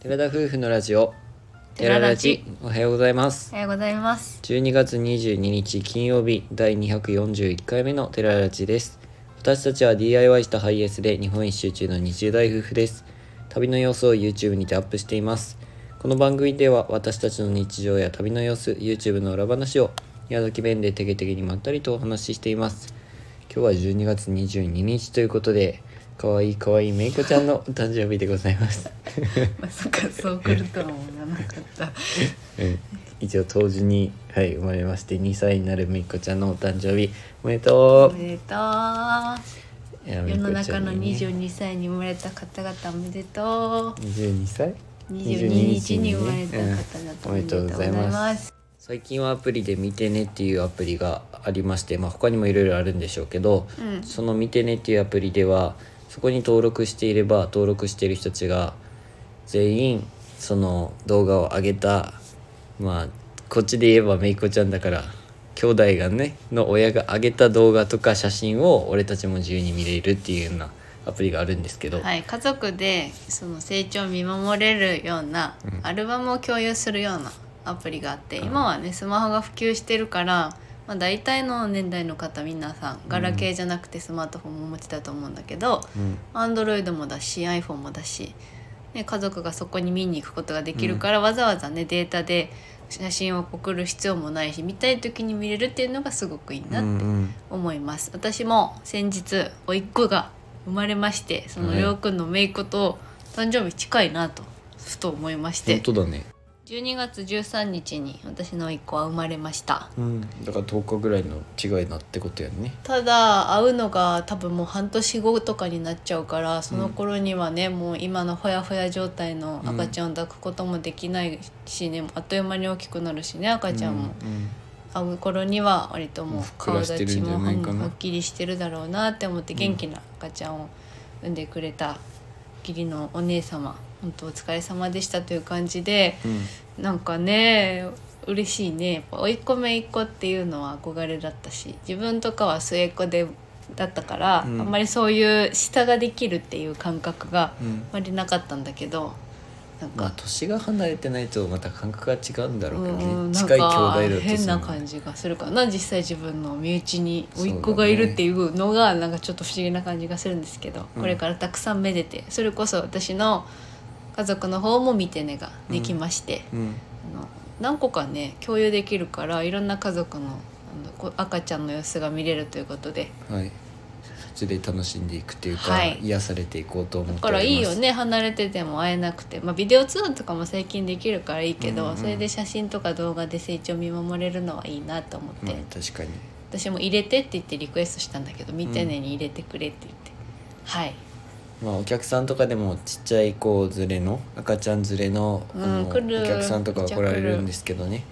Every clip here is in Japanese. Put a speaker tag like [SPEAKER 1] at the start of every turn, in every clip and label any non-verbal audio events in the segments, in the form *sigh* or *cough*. [SPEAKER 1] 寺田夫婦のラジオ
[SPEAKER 2] 寺ラジ
[SPEAKER 1] おはようございます
[SPEAKER 2] おはようございます。
[SPEAKER 1] 12月22日金曜日第241回目の寺ラジです私たちは DIY したハイエースで日本一周中の20代夫婦です旅の様子を YouTube にてアップしていますこの番組では私たちの日常や旅の様子 YouTube の裏話を宮崎弁でてけてけにまったりとお話ししています今日は12月22日ということで可愛い可愛いめいこちゃんのお誕生日でございます
[SPEAKER 2] まさかそう来るとは思わなかった。
[SPEAKER 1] うん一応当時に、はい、生まれまして2歳になるみっこちゃんのお誕生日おめで
[SPEAKER 2] お
[SPEAKER 1] と
[SPEAKER 2] めでとう。
[SPEAKER 1] う世
[SPEAKER 2] 世の中の22歳に生まれた方々おめでと
[SPEAKER 1] 22歳
[SPEAKER 2] う。22日に生まれた方々。
[SPEAKER 1] うんおめでとうございます最近はアプリで「見てね」っていうアプリがありまして、まあ、他にもいろいろあるんでしょうけど、
[SPEAKER 2] うん
[SPEAKER 1] その「見てね」っていうアプリではそこに登録していれば登録している人たちが全員その動画を上げたまあこっちで言えばめいこちゃんだから兄弟がねの親が上げた動画とか写真を俺たちも自由に見れるっていうようなアプリがあるんですけど、
[SPEAKER 2] はい、家族でその成長を見守れるような、アルバムを共有するようなアプリがあって、今はねスマホが普及してるから、まあ、大体の年代の方皆さんガラケーじゃなくてスマートフォンもお持ちだと思うんだけど、
[SPEAKER 1] うん、
[SPEAKER 2] Android もだし iPhone もだし、ね、家族がそこに見に行くことができるから、わざわざねデータで写真を送る必要もないし見たい時に見れるっていうのがすごくいいな
[SPEAKER 1] う
[SPEAKER 2] っ
[SPEAKER 1] ん
[SPEAKER 2] て
[SPEAKER 1] うん
[SPEAKER 2] 思います、私も先日甥っ子が生まれましてその
[SPEAKER 1] はい
[SPEAKER 2] りょうくんの姪っ子と誕生日近いなとふと思いまし
[SPEAKER 1] 本
[SPEAKER 2] て
[SPEAKER 1] 当だね、
[SPEAKER 2] 12月13日に私の甥っ子は生まれました
[SPEAKER 1] うん、だから10日ぐらいの違いなってことやね
[SPEAKER 2] ただ会うのが多分もう半年後とかになっちゃうからその頃にはね、もう今のほやほや状態の赤ちゃんを抱くこともできないしね、あっという間に大きくなるしね赤ちゃんも、
[SPEAKER 1] うんうん
[SPEAKER 2] 会う頃には割ともう
[SPEAKER 1] ふっく
[SPEAKER 2] 顔
[SPEAKER 1] らして
[SPEAKER 2] 立
[SPEAKER 1] る
[SPEAKER 2] ち
[SPEAKER 1] んじ
[SPEAKER 2] も
[SPEAKER 1] ゃ
[SPEAKER 2] うん
[SPEAKER 1] ないかな
[SPEAKER 2] はっきりしてるだろうなって思って元気な赤ちゃんを産んでくれた義理のお姉様本当お疲れ様でしたという感じで
[SPEAKER 1] うん
[SPEAKER 2] なんかね嬉しいねやっぱ甥っ子姪っ子っていうのは憧れだったし自分とかは末っ子でだったから、
[SPEAKER 1] うん
[SPEAKER 2] あんまりそういう下ができるっていう感覚が
[SPEAKER 1] うん
[SPEAKER 2] あんまりなかったんだけどなん
[SPEAKER 1] まあ
[SPEAKER 2] か,、
[SPEAKER 1] 年が離れてないとまた感覚が違うんだろうけどね、
[SPEAKER 2] うん、なん
[SPEAKER 1] 近い兄弟だ
[SPEAKER 2] か
[SPEAKER 1] と
[SPEAKER 2] 変な
[SPEAKER 1] じ
[SPEAKER 2] 感じがするからな実際自分の身内に甥っ
[SPEAKER 1] そう
[SPEAKER 2] 子
[SPEAKER 1] だ
[SPEAKER 2] が
[SPEAKER 1] ね
[SPEAKER 2] いるっていうのがなんかちょっと不思議な感じがするんですけど、
[SPEAKER 1] うん
[SPEAKER 2] これからたくさんめでてそれこそ私の家族の方も見てねができまして。
[SPEAKER 1] うん
[SPEAKER 2] あの何個かね共有できるからいろんな家族のあのこ赤ちゃんの様子が見れるということで
[SPEAKER 1] はいそれで楽しんでいくっていうか、
[SPEAKER 2] はい
[SPEAKER 1] 癒されていこうと思
[SPEAKER 2] だ
[SPEAKER 1] って
[SPEAKER 2] か
[SPEAKER 1] おりま
[SPEAKER 2] ら
[SPEAKER 1] す
[SPEAKER 2] いいよね離れてても会えなくて、まあ、ビデオ通話とかも最近できるからいいけど、
[SPEAKER 1] うんうん
[SPEAKER 2] それで写真とか動画で成長見守れるのはいいなと思って、
[SPEAKER 1] まあ、確かに
[SPEAKER 2] 私も入れてって言ってリクエストしたんだけど「見てね」に入れてくれって言って、はい、
[SPEAKER 1] まあお客さんとかでもちっちゃい子連れの赤ちゃん連れの,、
[SPEAKER 2] うん
[SPEAKER 1] あの
[SPEAKER 2] 来る
[SPEAKER 1] お客さんとかが来られ
[SPEAKER 2] めっちゃ来
[SPEAKER 1] る
[SPEAKER 2] る
[SPEAKER 1] んですけどね、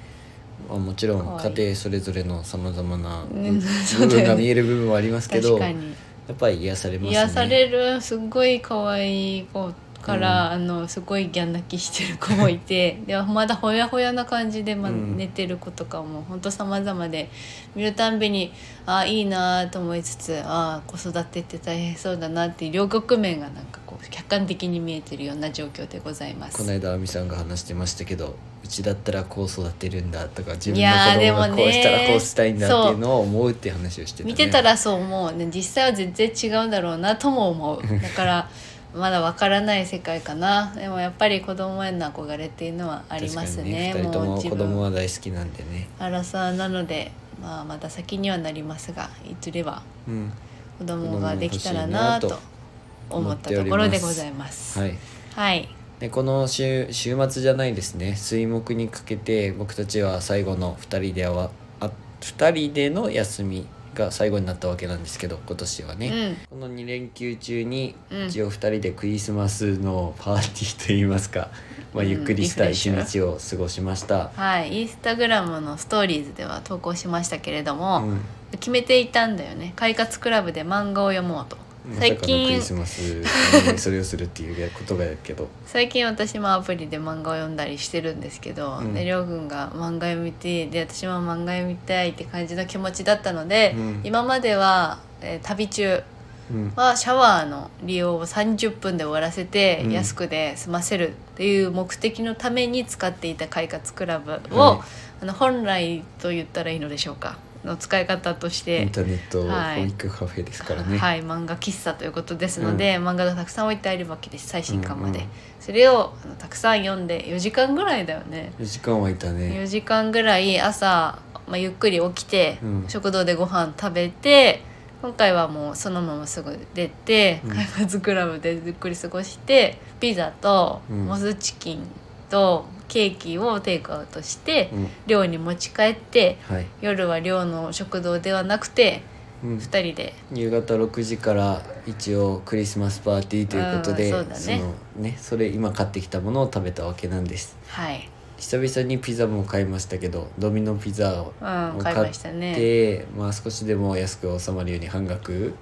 [SPEAKER 1] まあ、もちろ
[SPEAKER 2] か
[SPEAKER 1] ん
[SPEAKER 2] わいい
[SPEAKER 1] 家庭それぞれのさまざまな
[SPEAKER 2] うん
[SPEAKER 1] 部
[SPEAKER 2] そうだよね
[SPEAKER 1] 分が見える部分はありますけど、
[SPEAKER 2] 確かに
[SPEAKER 1] やっぱり癒されますね
[SPEAKER 2] 癒されるすっごい可愛い子から、あのすごいギャン泣きしてる子もい
[SPEAKER 1] *laughs*
[SPEAKER 2] てでまだほやほやな感じで、まあ、
[SPEAKER 1] うん
[SPEAKER 2] 寝てる子とかも本当様々で見るたんびにあいいなと思いつつあ子育てって大変そうだなっていう両局面がなんかこう客観的に見えてるような状況でございま
[SPEAKER 1] こ
[SPEAKER 2] す
[SPEAKER 1] の。間亜美さんが話してましたけどうちだったらこう育てるんだとか自分
[SPEAKER 2] い
[SPEAKER 1] の
[SPEAKER 2] やー
[SPEAKER 1] 子供がこ
[SPEAKER 2] でもね
[SPEAKER 1] うしたらこうしたいんだっていうのを思うっていう話をしてた、ね、
[SPEAKER 2] 見てたらそう思うね実際は全然違うんだろうなとも
[SPEAKER 1] *laughs*
[SPEAKER 2] 思うだからまだわからない世界かなでもやっぱり子供への憧れっていうのはあります
[SPEAKER 1] 確か
[SPEAKER 2] ね
[SPEAKER 1] にね二人と
[SPEAKER 2] もう
[SPEAKER 1] も
[SPEAKER 2] 自
[SPEAKER 1] 子供
[SPEAKER 2] 分
[SPEAKER 1] は大好きなんでね
[SPEAKER 2] アラサーなので、まあ、まだ先にはなりますがいずれは
[SPEAKER 1] うん
[SPEAKER 2] 子供ができたらなと思ったところでございます。
[SPEAKER 1] はい
[SPEAKER 2] はい、
[SPEAKER 1] でこの週週末じゃないですね水木にかけて僕たちは最後の2人ではあ二人での休みが最後になったわけなんですけど今年はね、この2連休中に
[SPEAKER 2] うん
[SPEAKER 1] 一応2人でクリスマスのパーティーといいますか、まあ、ゆっくりした一日を過ごしました
[SPEAKER 2] うん、、はい、インスタグラムのストーリーズでは投稿しましたけれど
[SPEAKER 1] う
[SPEAKER 2] も、
[SPEAKER 1] ん、
[SPEAKER 2] 決めていたんだよね快活クラブで漫画を読もうと
[SPEAKER 1] まさ
[SPEAKER 2] 最
[SPEAKER 1] かのク
[SPEAKER 2] 近
[SPEAKER 1] リスマスにそれをするっていうことがやけど
[SPEAKER 2] 最近私もアプリで漫画を読んだりしてるんですけど、
[SPEAKER 1] うん
[SPEAKER 2] でりょうくんが漫画読みてで私も漫画読みたいって感じの気持ちだったので、
[SPEAKER 1] うん
[SPEAKER 2] 今までは、えー旅中
[SPEAKER 1] うん
[SPEAKER 2] はシャワーの利用を30分で終わらせて
[SPEAKER 1] うん
[SPEAKER 2] 安くで済ませるっていう目的のために使っていた快活クラブを、
[SPEAKER 1] はい
[SPEAKER 2] あの本来と言ったらいいのでしょうかの使い方とし
[SPEAKER 1] イ
[SPEAKER 2] て
[SPEAKER 1] ン。ターネット
[SPEAKER 2] はい
[SPEAKER 1] 保育カフェですからね、
[SPEAKER 2] はい、漫画喫茶ということですので、漫画がたくさん置いてあるわけです最新刊まで、それをあのたくさん読んで4時間ぐらいだよね
[SPEAKER 1] 4時間はいたね
[SPEAKER 2] 4時間ぐらい朝、まあ、ゆっくり起きて、
[SPEAKER 1] うん
[SPEAKER 2] 食堂でご飯食べて今回はもうそのまますぐ出て
[SPEAKER 1] うん
[SPEAKER 2] 開発クラブでゆっくり過ごしてピザと
[SPEAKER 1] うん
[SPEAKER 2] モズチキンとケーキをテイクアウトして
[SPEAKER 1] うん
[SPEAKER 2] 寮に持ち帰って
[SPEAKER 1] はい、
[SPEAKER 2] 夜は寮の食堂ではなくて
[SPEAKER 1] うん、
[SPEAKER 2] 2人で
[SPEAKER 1] 夕方6時から一応クリスマスパーティーということで、
[SPEAKER 2] うんそうだね
[SPEAKER 1] のねそれ今買ってきたものを食べたわけなんです
[SPEAKER 2] はい、
[SPEAKER 1] 久々にピザも買いましたけどドミノピザを
[SPEAKER 2] うん、買いましたね。
[SPEAKER 1] で、まあ、少しでも安く収まるように半額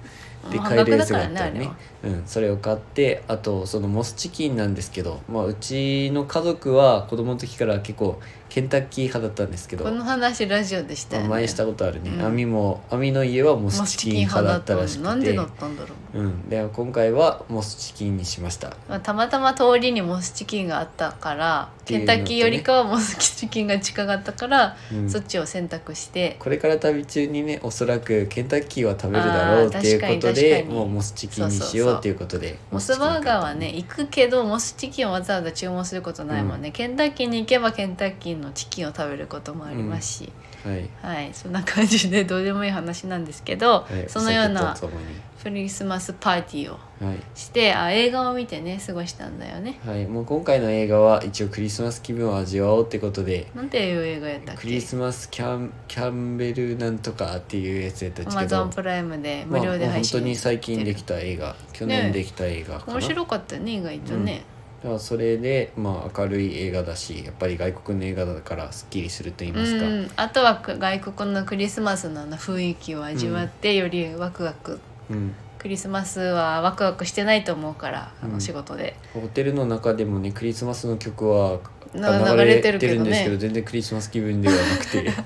[SPEAKER 1] で
[SPEAKER 2] もう
[SPEAKER 1] 買えるやつがあっ
[SPEAKER 2] 半額だ
[SPEAKER 1] た
[SPEAKER 2] から
[SPEAKER 1] よ
[SPEAKER 2] ね
[SPEAKER 1] ねうん、それを買ってあとそのモスチキンなんですけど、まあ、うちの家族は子供の時から結構ケンタッキー派だったんですけど
[SPEAKER 2] この話ラジオでしたよ
[SPEAKER 1] まあ
[SPEAKER 2] ね。
[SPEAKER 1] 前したことあるね、
[SPEAKER 2] うん
[SPEAKER 1] アミもアミの家はモス
[SPEAKER 2] モス
[SPEAKER 1] チ
[SPEAKER 2] チ
[SPEAKER 1] キ
[SPEAKER 2] キ
[SPEAKER 1] ン
[SPEAKER 2] ン
[SPEAKER 1] 派
[SPEAKER 2] 派
[SPEAKER 1] だ
[SPEAKER 2] だ
[SPEAKER 1] っ
[SPEAKER 2] ったた
[SPEAKER 1] ら
[SPEAKER 2] ら
[SPEAKER 1] し
[SPEAKER 2] し
[SPEAKER 1] くて
[SPEAKER 2] くてなんでだったんだろう。
[SPEAKER 1] うん、で今回はモスチキンにしました
[SPEAKER 2] まあ、たまたま通りにモスチキンがあったから
[SPEAKER 1] っていうの
[SPEAKER 2] ケン
[SPEAKER 1] と
[SPEAKER 2] タ
[SPEAKER 1] ね
[SPEAKER 2] ッキーよりかはモスチキンが近かったから、
[SPEAKER 1] うん
[SPEAKER 2] そっちを選択して
[SPEAKER 1] これから旅中にねおそらくケンタッキーは食べるだろう
[SPEAKER 2] あ
[SPEAKER 1] っ
[SPEAKER 2] ー
[SPEAKER 1] ていうこと
[SPEAKER 2] 確か
[SPEAKER 1] で
[SPEAKER 2] に確かに
[SPEAKER 1] もうモスチキンに
[SPEAKER 2] そうそう
[SPEAKER 1] し
[SPEAKER 2] そう
[SPEAKER 1] ようっていうことで
[SPEAKER 2] モスバーガーはね行くけどモスチキンをわざわざ注文することないもんね、ケンタッキーに行けばケンタッキーのチキンを食べることもありますし、
[SPEAKER 1] はい、
[SPEAKER 2] はいそんな感じでどうでもいい話なんですけど、
[SPEAKER 1] はい、
[SPEAKER 2] そのよう
[SPEAKER 1] お
[SPEAKER 2] な
[SPEAKER 1] 酒とともに
[SPEAKER 2] クリスマスパーティーを
[SPEAKER 1] はい
[SPEAKER 2] してあ映画を見てね過ごしたんだよね。
[SPEAKER 1] はい、もう今回の映画は一応クリスマス気分を味わおうってことで
[SPEAKER 2] なんていう映画やったっ
[SPEAKER 1] クリ
[SPEAKER 2] け
[SPEAKER 1] スマスキャンキャンベルなんとかっていうやつやった
[SPEAKER 2] ア
[SPEAKER 1] んです
[SPEAKER 2] マ
[SPEAKER 1] け
[SPEAKER 2] ゾン
[SPEAKER 1] ど
[SPEAKER 2] プライムで無
[SPEAKER 1] まあ
[SPEAKER 2] 料で
[SPEAKER 1] もう本
[SPEAKER 2] 配
[SPEAKER 1] 当
[SPEAKER 2] 信
[SPEAKER 1] に最近で
[SPEAKER 2] て
[SPEAKER 1] き
[SPEAKER 2] る
[SPEAKER 1] た映画去年できた映画かな、
[SPEAKER 2] 面白かったよね意外とね、
[SPEAKER 1] だからそれで、まあ、明るい映画だしやっぱり外国の映画だからすっきりすると言いますか、
[SPEAKER 2] うんうんあとはく外国のクリスマスのあの雰囲気を味わってよりワクワク、
[SPEAKER 1] うん
[SPEAKER 2] クリスマスはワクワクしてないと思うからあ
[SPEAKER 1] う
[SPEAKER 2] の
[SPEAKER 1] ん
[SPEAKER 2] 仕事で、
[SPEAKER 1] ホテルの中でもねクリスマスの曲は
[SPEAKER 2] な
[SPEAKER 1] あ
[SPEAKER 2] 流れてるけどね
[SPEAKER 1] んですけど全然クリスマス気分ではなくてだ
[SPEAKER 2] 確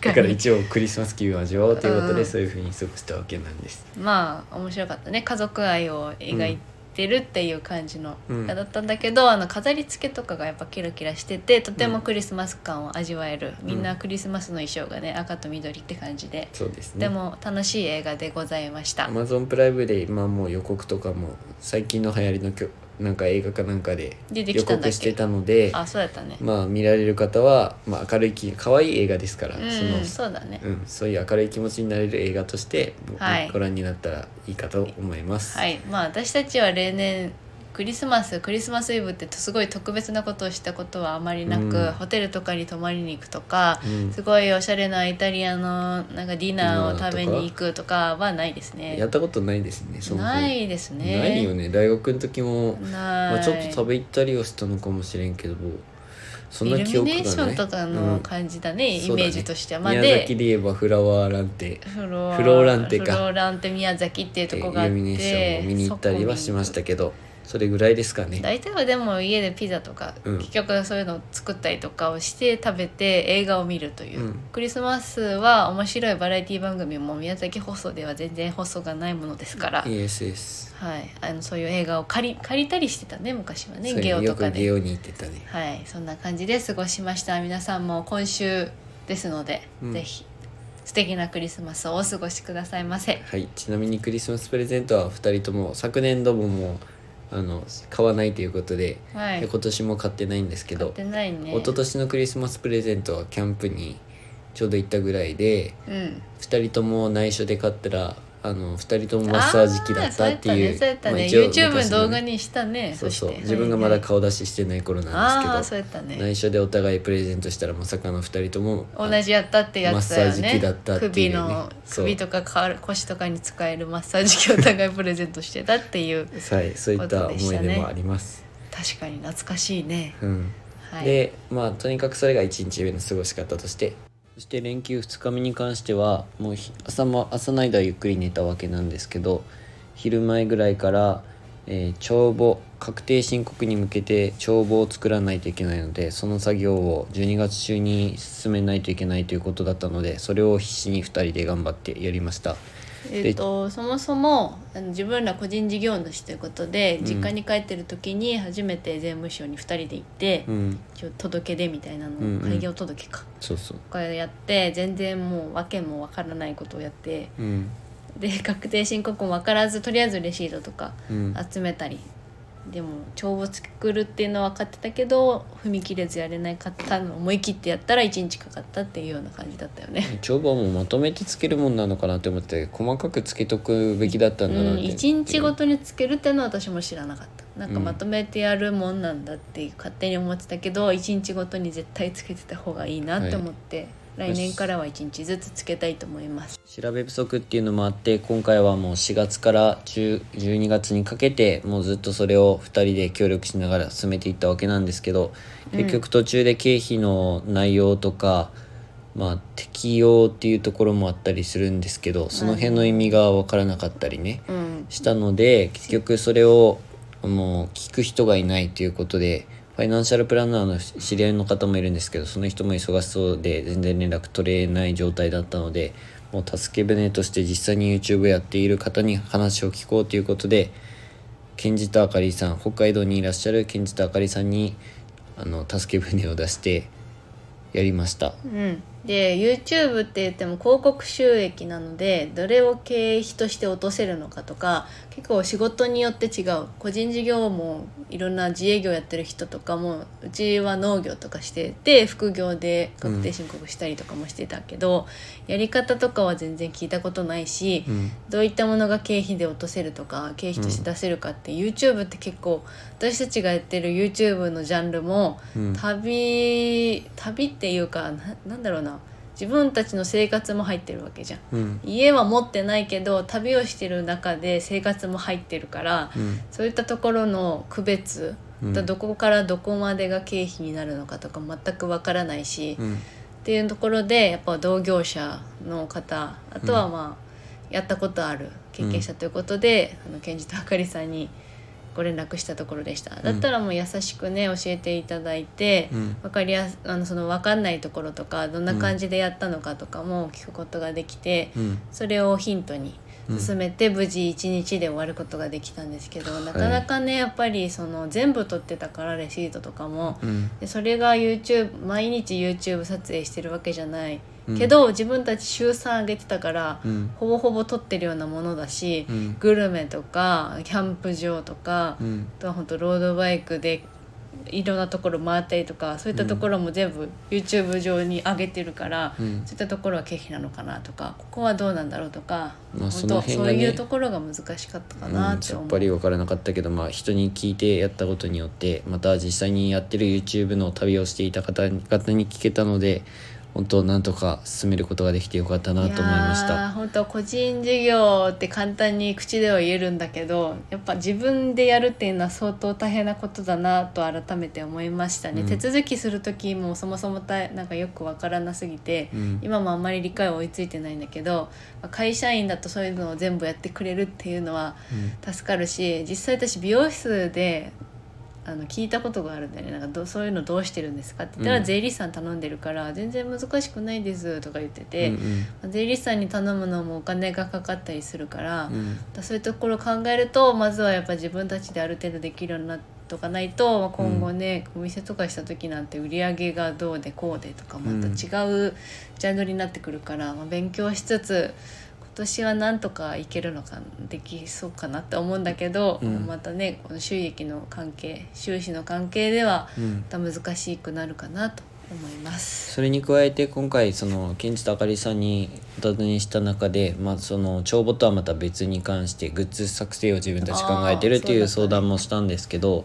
[SPEAKER 1] か
[SPEAKER 2] からに
[SPEAKER 1] 一応クリスマス気分を味わおうということで、
[SPEAKER 2] うん
[SPEAKER 1] そういうふうに過ごしたわけなんです。
[SPEAKER 2] まあ面白かったね家族愛を描いてるっていう感じの
[SPEAKER 1] うん
[SPEAKER 2] 映画だったんだけど、あの飾り付けとかがやっぱキラキラしててとてもクリスマス感を味わえる、
[SPEAKER 1] ん
[SPEAKER 2] みんなクリスマスの衣装がね赤と緑って感じで、
[SPEAKER 1] そうです
[SPEAKER 2] とて
[SPEAKER 1] ね
[SPEAKER 2] も楽しい映画でございました。
[SPEAKER 1] Amazon プライムで今もう予告とかも最近の流行りの曲なんか映画かなんかで
[SPEAKER 2] 出て
[SPEAKER 1] 予
[SPEAKER 2] きたんだ
[SPEAKER 1] 告
[SPEAKER 2] っ
[SPEAKER 1] して
[SPEAKER 2] け
[SPEAKER 1] たので
[SPEAKER 2] あそうだったね、
[SPEAKER 1] まあ見られる方は、まあ、明るいき可愛い映画ですから、
[SPEAKER 2] うんうんそうだね、
[SPEAKER 1] うん、そういう明るい気持ちになれる映画として、
[SPEAKER 2] はい
[SPEAKER 1] ご覧になったらいいかと思います。
[SPEAKER 2] はい、まあ私たちは例年クリスマスクリスマスイブってすごい特別なことをしたことはあまりなく、
[SPEAKER 1] うん
[SPEAKER 2] ホテルとかに泊まりに行くとか
[SPEAKER 1] うん
[SPEAKER 2] すごいおしゃれなイタリアのなんかディナーを食べに行くとかはないです
[SPEAKER 1] や
[SPEAKER 2] ね
[SPEAKER 1] っ。たことないですね。そもそも
[SPEAKER 2] ないですね。
[SPEAKER 1] ないよね。大学の時も、
[SPEAKER 2] ない。
[SPEAKER 1] まあ、ちょっと食べ行ったりをしたのかもしれんけど、そんな
[SPEAKER 2] イル
[SPEAKER 1] 記
[SPEAKER 2] ミ
[SPEAKER 1] 憶が
[SPEAKER 2] ネ
[SPEAKER 1] ない。
[SPEAKER 2] ーションとか
[SPEAKER 1] う
[SPEAKER 2] の
[SPEAKER 1] ん
[SPEAKER 2] 感じだね、
[SPEAKER 1] そ
[SPEAKER 2] イ
[SPEAKER 1] うだ
[SPEAKER 2] メ
[SPEAKER 1] ね
[SPEAKER 2] ージとしては。まあ、
[SPEAKER 1] 宮崎
[SPEAKER 2] で
[SPEAKER 1] で言えばフラワーランテ
[SPEAKER 2] フロア
[SPEAKER 1] フローランテか
[SPEAKER 2] フローランテ宮崎っていうとこがあ
[SPEAKER 1] イ
[SPEAKER 2] っ
[SPEAKER 1] ルミネーション
[SPEAKER 2] て
[SPEAKER 1] を見に行ったりはしましたけど、それぐらいですかね。
[SPEAKER 2] 大体はでも家でピザとか、
[SPEAKER 1] うん
[SPEAKER 2] 結局そういうのを作ったりとかをして食べて映画を見るという、
[SPEAKER 1] うん
[SPEAKER 2] クリスマスは面白いバラエティ番組も宮崎放送では全然放送がないものですから、
[SPEAKER 1] イエスイエス。
[SPEAKER 2] はい、あのそういう映画を借り借りたりしてたね昔はね
[SPEAKER 1] そう
[SPEAKER 2] ゲオ
[SPEAKER 1] よ
[SPEAKER 2] とか
[SPEAKER 1] くゲ
[SPEAKER 2] で、
[SPEAKER 1] オに行ってたね。
[SPEAKER 2] はい、そんな感じで過ごしました皆さんも今週ですので、
[SPEAKER 1] うん
[SPEAKER 2] ぜひ素敵なクリスマスをお過ごしくださいませ
[SPEAKER 1] はい、ちなみにクリスマスプレゼントは2人とも昨年度ももうあの買わないということで,、
[SPEAKER 2] はい
[SPEAKER 1] で今年も買ってないんですけ
[SPEAKER 2] 買っ
[SPEAKER 1] ど、
[SPEAKER 2] てないね
[SPEAKER 1] 一昨年のクリスマスプレゼントはキャンプにちょうど行ったぐらいで
[SPEAKER 2] うん
[SPEAKER 1] 2人とも内緒で買ったらあの2人ともマッサージ機だったっていう
[SPEAKER 2] あーそうやったね
[SPEAKER 1] まあ
[SPEAKER 2] そう
[SPEAKER 1] 一応
[SPEAKER 2] や
[SPEAKER 1] 昔
[SPEAKER 2] ったね YouTube
[SPEAKER 1] のね
[SPEAKER 2] 動画にしたね
[SPEAKER 1] そうそう
[SPEAKER 2] して
[SPEAKER 1] 自分がまだ
[SPEAKER 2] はい
[SPEAKER 1] 顔出ししてない頃なん
[SPEAKER 2] ああ
[SPEAKER 1] で
[SPEAKER 2] ー
[SPEAKER 1] す
[SPEAKER 2] そ
[SPEAKER 1] け
[SPEAKER 2] うやった
[SPEAKER 1] ど、
[SPEAKER 2] ね
[SPEAKER 1] 内緒でお互いプレゼントしたらまさかの2人とも
[SPEAKER 2] 同じやったってやつだよ
[SPEAKER 1] マッサージ
[SPEAKER 2] ね
[SPEAKER 1] 機だったっていうね
[SPEAKER 2] 首の
[SPEAKER 1] そう
[SPEAKER 2] 首とかか腰とかに使えるマッサージ機をお互いプレゼントしてたっていう
[SPEAKER 1] はい、そういった思い
[SPEAKER 2] ことで
[SPEAKER 1] 出
[SPEAKER 2] したね
[SPEAKER 1] もあります。
[SPEAKER 2] 確かに懐かしいね
[SPEAKER 1] うん
[SPEAKER 2] はい
[SPEAKER 1] でまあとにかくそれが1日目の過ごし方としてそして連休2日目に関してはもうひ朝も朝の間はゆっくり寝たわけなんですけど昼前ぐらいから、えー帳簿確定申告に向けて帳簿を作らないといけないのでその作業を12月中に進めないといけないということだったのでそれを必死に2人で頑張ってやりました。
[SPEAKER 2] えっとそもそもあの自分ら個人事業主ということで、
[SPEAKER 1] うん
[SPEAKER 2] 実家に帰ってる時に初めて税務署に2人で行って、
[SPEAKER 1] うん
[SPEAKER 2] 今日届け出みたいなのを、
[SPEAKER 1] うんうん
[SPEAKER 2] 開業届か
[SPEAKER 1] そうそう
[SPEAKER 2] これやって全然もう訳もわからないことをやって
[SPEAKER 1] うん
[SPEAKER 2] で *laughs* 確定申告もわからずとりあえずレシートとか
[SPEAKER 1] うん
[SPEAKER 2] 集めたり、でも帳簿作るっていうのは分かってたけど踏み切れずやれなかったのを思い切ってやったら1日かかったっていうような感じだったよね。
[SPEAKER 1] 帳簿はもうまとめてつけるもんなのかなって思って細かくつけとくべきだった
[SPEAKER 2] うん
[SPEAKER 1] だなっ
[SPEAKER 2] ん、
[SPEAKER 1] て、
[SPEAKER 2] 1日ごとにつけるっていうのは私も知らなかったなんかまとめてやるもんなんだって勝手に思ってたけど1日ごとに絶対つけてた方がいいなって思って、来年からは1日ずつつけたいと思います。
[SPEAKER 1] 調べ不足っていうのもあって今回はもう4月から10 12月にかけてもうずっとそれを2人で協力しながら進めていったわけなんですけど結局途中で経費の内容とか、まあ適用っていうところもあったりするんですけどその辺の意味が分からなかったりね
[SPEAKER 2] うん、
[SPEAKER 1] したので結局それをもう聞く人がいないということでファイナンシャルプランナーの知り合いの方もいるんですけどその人も忙しそうで全然連絡取れない状態だったのでもう助け舟として実際に YouTube やっている方に話を聞こうということで賢治とあかりさん北海道にいらっしゃる賢治とあかりさんにあの助け舟を出してやりました。
[SPEAKER 2] うん、で YouTube って言っても広告収益なのでどれを経費として落とせるのかとか結構仕事によって違う個人事業もいろんな自営業やってる人とかもうちは農業とかしてて副業で確定申告したりとかもしてたけど、やり方とかは全然聞いたことないし、
[SPEAKER 1] うん
[SPEAKER 2] どういったものが経費で落とせるとか経費として出せるかって、YouTube って結構私たちがやってる YouTube のジャンルも、
[SPEAKER 1] うん
[SPEAKER 2] 旅旅っていうかななんだろうな自分たちの生活も入ってるわけじゃん
[SPEAKER 1] うん
[SPEAKER 2] 家は持ってないけど旅をしてる中で生活も入ってるから、
[SPEAKER 1] うん
[SPEAKER 2] そういったところの区別、
[SPEAKER 1] うん
[SPEAKER 2] どこからどこまでが経費になるのかとか全くわからないし、
[SPEAKER 1] うん
[SPEAKER 2] っていうところでやっぱ同業者の方あとはまあ、やったことある経験者ということで、あの賢治とあかりさんにご連絡したところでした、だったらもう優しくね教えていただいて、
[SPEAKER 1] うん
[SPEAKER 2] わかりやすあのその分かんないところとかどんな感じでやったのかとかも聞くことができて、
[SPEAKER 1] うん
[SPEAKER 2] それをヒントに進めて無事1日で終わることができたんですけど、なかなかねやっぱりその全部取ってたからレシートとかも。
[SPEAKER 1] うん
[SPEAKER 2] でそれが YouTube 毎日 YouTube 撮影してるわけじゃない、
[SPEAKER 1] うん
[SPEAKER 2] けど自分たち週3上げてたから、
[SPEAKER 1] うん
[SPEAKER 2] ほぼほぼ撮ってるようなものだし、
[SPEAKER 1] うん
[SPEAKER 2] グルメとかキャンプ場とか、
[SPEAKER 1] うん
[SPEAKER 2] あとは本当ロードバイクでいろんなところ回ったりとかそういったところも全部 YouTube 上に上げてるから、
[SPEAKER 1] うん
[SPEAKER 2] そういったところは経費なのかなとかここはどうなんだろうとか、
[SPEAKER 1] まあ
[SPEAKER 2] 本
[SPEAKER 1] そ
[SPEAKER 2] 当
[SPEAKER 1] の辺がね
[SPEAKER 2] そういうところが難しかったかな
[SPEAKER 1] う
[SPEAKER 2] っ
[SPEAKER 1] ん、
[SPEAKER 2] て
[SPEAKER 1] さ
[SPEAKER 2] 思
[SPEAKER 1] っ
[SPEAKER 2] う。
[SPEAKER 1] ぱり分からなかったけど、まあ、人に聞いてやったことによってまた実際にやってる YouTube の旅をしていた方に方に聞けたので本当なんとか進めることができてよかったなと思いまし
[SPEAKER 2] いやー
[SPEAKER 1] た。
[SPEAKER 2] 本当個人事業って簡単に口では言えるんだけどやっぱ自分でやるっていうのは相当大変なことだなと改めて思いましたね、
[SPEAKER 1] うん
[SPEAKER 2] 手続きする時もそもそもたなんかよくわからなすぎて、
[SPEAKER 1] うん
[SPEAKER 2] 今もあんまり理解は追いついてないんだけど会社員だとそういうのを全部やってくれるっていうのは助かるし実際私美容室であの聞いたことがあるんだよねなんかどうそういうのどうしてるんですかって言ったら、
[SPEAKER 1] うん
[SPEAKER 2] 税理士さん頼んでるから全然難しくないですとか言ってて。
[SPEAKER 1] うんうん
[SPEAKER 2] 税理士さんに頼むのもお金がかかったりするから、
[SPEAKER 1] うん
[SPEAKER 2] そういうところを考えるとまずはやっぱ自分たちである程度できるようになっとかないと、まあ、今後ね、お店とかした時なんて売り上げがどうでこうでとかまた違うジャンルになってくるから、まあ、勉強しつつ今年はなんとかいけるのかできそうかなって思うんだけど、
[SPEAKER 1] うん
[SPEAKER 2] またねこの収益の関係収支の関係では
[SPEAKER 1] うん
[SPEAKER 2] また難しくなるかなと思います。
[SPEAKER 1] それに加えて今回そのケンチとあかりさんにお尋ねした中で、まあ、その帳簿とはまた別に関してグッズ作成を自分たち考えてるってい
[SPEAKER 2] あー
[SPEAKER 1] う
[SPEAKER 2] そうだ
[SPEAKER 1] 相
[SPEAKER 2] ったね
[SPEAKER 1] 談もしたんですけど、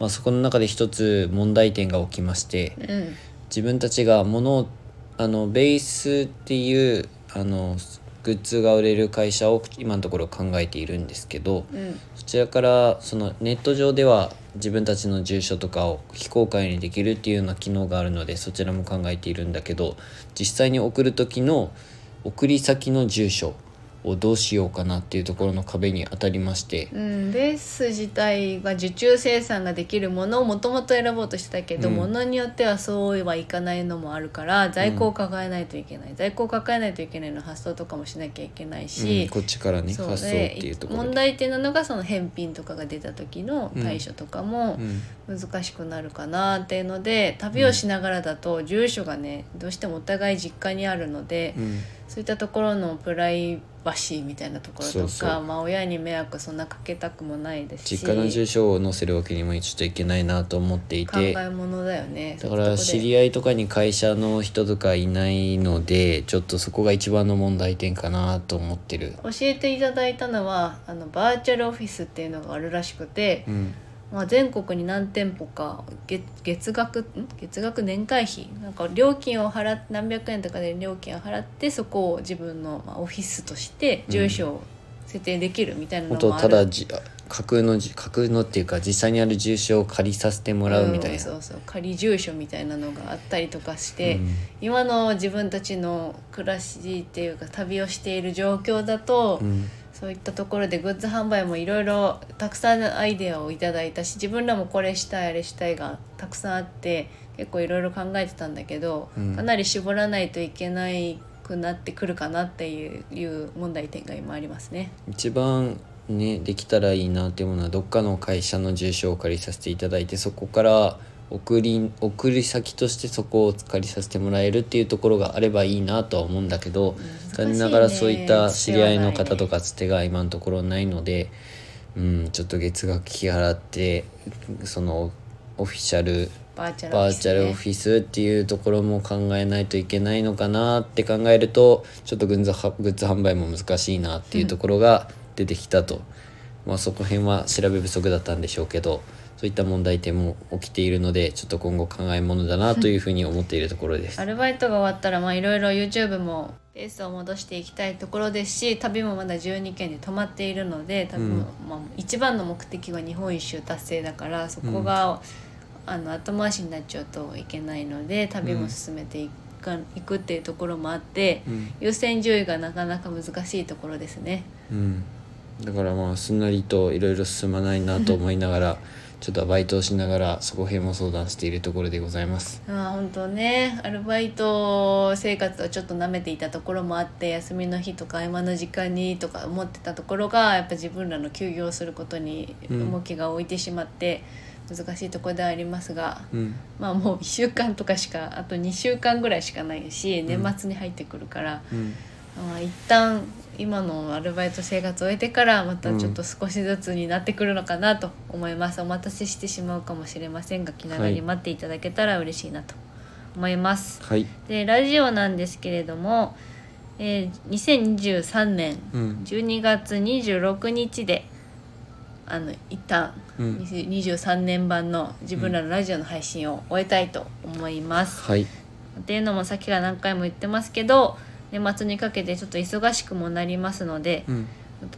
[SPEAKER 1] まあ、そこの中で一つ問題点が起きまして。
[SPEAKER 2] うん
[SPEAKER 1] 自分たちが物をあのベースっていうあのグッズが売れる会社を今のところ考えているんですけど
[SPEAKER 2] うん
[SPEAKER 1] そちらからそのネット上では自分たちの住所とかを非公開にできるっていうような機能があるのでそちらも考えているんだけど実際に送る時の送り先の住所をどうしようかなっていうところの壁に当たりまして、
[SPEAKER 2] うん、ベース自体が受注生産ができるものをもともと選ぼうとしてたけど、
[SPEAKER 1] うん
[SPEAKER 2] ものによってはそうはいかないのもあるから在庫を抱えないといけない、在庫を抱えないといけないの発送とかもしなきゃいけない
[SPEAKER 1] うん
[SPEAKER 2] し、
[SPEAKER 1] こっちからね
[SPEAKER 2] そう
[SPEAKER 1] 発想っていうところで
[SPEAKER 2] 問題っていうのがその返品とかが出た時の対処とかも
[SPEAKER 1] うん
[SPEAKER 2] 難しくなるかなっていうので、旅をしながらだと住所がねどうしてもお互い実家にあるので。
[SPEAKER 1] うん
[SPEAKER 2] そういったところのプライバシーみたいなところとか
[SPEAKER 1] そうそう
[SPEAKER 2] まあ、親に迷惑そんなかけたくもないですし
[SPEAKER 1] 実家の住所を載せるわけにもちょっといけないなと思ってい
[SPEAKER 2] 考
[SPEAKER 1] て
[SPEAKER 2] えものだよね
[SPEAKER 1] だから知
[SPEAKER 2] 合い
[SPEAKER 1] り合いとかに会社の人とかいないのでちょっとそこが一番の問題点かなと思ってる。
[SPEAKER 2] 教えていただいたのはあのバーチャルオフィスっていうのがあるらしくて、
[SPEAKER 1] うん
[SPEAKER 2] まあ、全国に何店舗か月月額ん月額年会費なんか料金を払っ何百円とかで料金を払ってそこを自分の、まあ、オフィスとして住所を設定できるみたいなの
[SPEAKER 1] 本
[SPEAKER 2] もある、
[SPEAKER 1] 当ただじ架空のじ架空のっていうか実際にある住所を借りさせてもらうみたい
[SPEAKER 2] ん
[SPEAKER 1] な、
[SPEAKER 2] そうそう仮住所みたいなのがあったりとかして、
[SPEAKER 1] うん
[SPEAKER 2] 今の自分たちの暮らしっていうか旅をしている状況だと、
[SPEAKER 1] うん
[SPEAKER 2] そういったところでグッズ販売もいろいろたくさんアイデアをいただいたし自分らもこれしたいあれしたいがたくさんあって結構いろいろ考えてたんだけど、
[SPEAKER 1] うん
[SPEAKER 2] かなり絞らないといけないくなってくるかなっていういう問題点が今ありますね。
[SPEAKER 1] 一番ねできたらいいなっていうものはどっかの会社の住所を借りさせていただいてそこから送り送り先としてそこを借りさせてもらえるっていうところがあればいいなとは思うんだけど、残念ながらそういった知り合いの方と
[SPEAKER 2] か
[SPEAKER 1] かつてが今のところないので、うん、ちょっと月額支払ってそのオフィシャル
[SPEAKER 2] バーチャルオフ
[SPEAKER 1] バ
[SPEAKER 2] ィ
[SPEAKER 1] ー
[SPEAKER 2] ス
[SPEAKER 1] チ
[SPEAKER 2] ね
[SPEAKER 1] ャルオフィスっていうところも考えないといけないのかなって考えるとちょっとグッズはグッズ販売も難しいなっていうところが出てきたと、まあそこ辺は調べ不足だったんでしょうけどそういった問題点も起きているのでちょっと今後考えものだなというふうに思っているところです
[SPEAKER 2] ア。ルバイトが終わったらまあいろいろ YouTube もペースを戻していきたいところですし旅もまだ12県で止まっているので多分、
[SPEAKER 1] うん
[SPEAKER 2] まあ、一番の目的は日本一周達成だからそこが、あの後回しになっちゃうといけないので旅も進めていく,、いくっていうところもあって、
[SPEAKER 1] うん
[SPEAKER 2] 優先順位がなかなか難しいところですね。
[SPEAKER 1] うん、だからまあすんなりといろいろ進まないなと思いながらちょっとバイトをしながらそこ辺も相談しているところでございます。
[SPEAKER 2] まあ本当ねアルバイト生活をちょっと舐めていたところもあって休みの日とか合間の時間にとか思ってたところがやっぱ自分らの休業することに
[SPEAKER 1] うん
[SPEAKER 2] 重きが置いてしまって難しいところではありますが、
[SPEAKER 1] うん
[SPEAKER 2] まあもう1週間とかしかあと2週間ぐらいしかないし年末に入ってくるから、
[SPEAKER 1] うん
[SPEAKER 2] まあ一旦今のアルバイト生活を終えてからまたちょっと少しずつになってくるのかなと思います、お待たせしてしまうかもしれませんが気長に待っていただけたら嬉しいなと思います、
[SPEAKER 1] はい、
[SPEAKER 2] でラジオなんですけれども、えー2023年
[SPEAKER 1] うん
[SPEAKER 2] 12月26日であの一旦
[SPEAKER 1] うん
[SPEAKER 2] 23年版の自分らのラジオの配信を終えたいと思います、
[SPEAKER 1] はい
[SPEAKER 2] っていうのもさっきから何回も言ってますけど年末にかけてちょっと忙しくもなりますので、
[SPEAKER 1] うん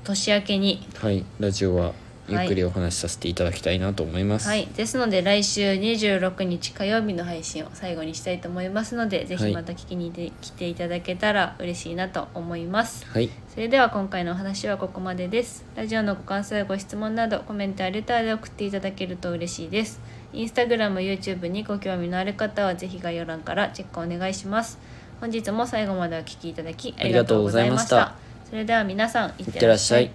[SPEAKER 2] 年明けに
[SPEAKER 1] はい、ラジオはゆっくりお話しさせていただきたいなと思います。
[SPEAKER 2] はいですので来週26日火曜日の配信を最後にしたいと思いますので、ぜ
[SPEAKER 1] は
[SPEAKER 2] ひ
[SPEAKER 1] い
[SPEAKER 2] また聞きに来ていただけたら嬉しいなと思います
[SPEAKER 1] はい、
[SPEAKER 2] それでは今回のお話はここまでですラジオのご感想やご質問などコメントやレターで送っていただけると嬉しいですインスタグラム YouTube にご興味のある方はぜひ概要欄からチェックお願いします本日も最後までお聞きいただきありがとうございました
[SPEAKER 1] ありがとうございま
[SPEAKER 2] それでは皆さんいっ
[SPEAKER 1] いってらっしゃい。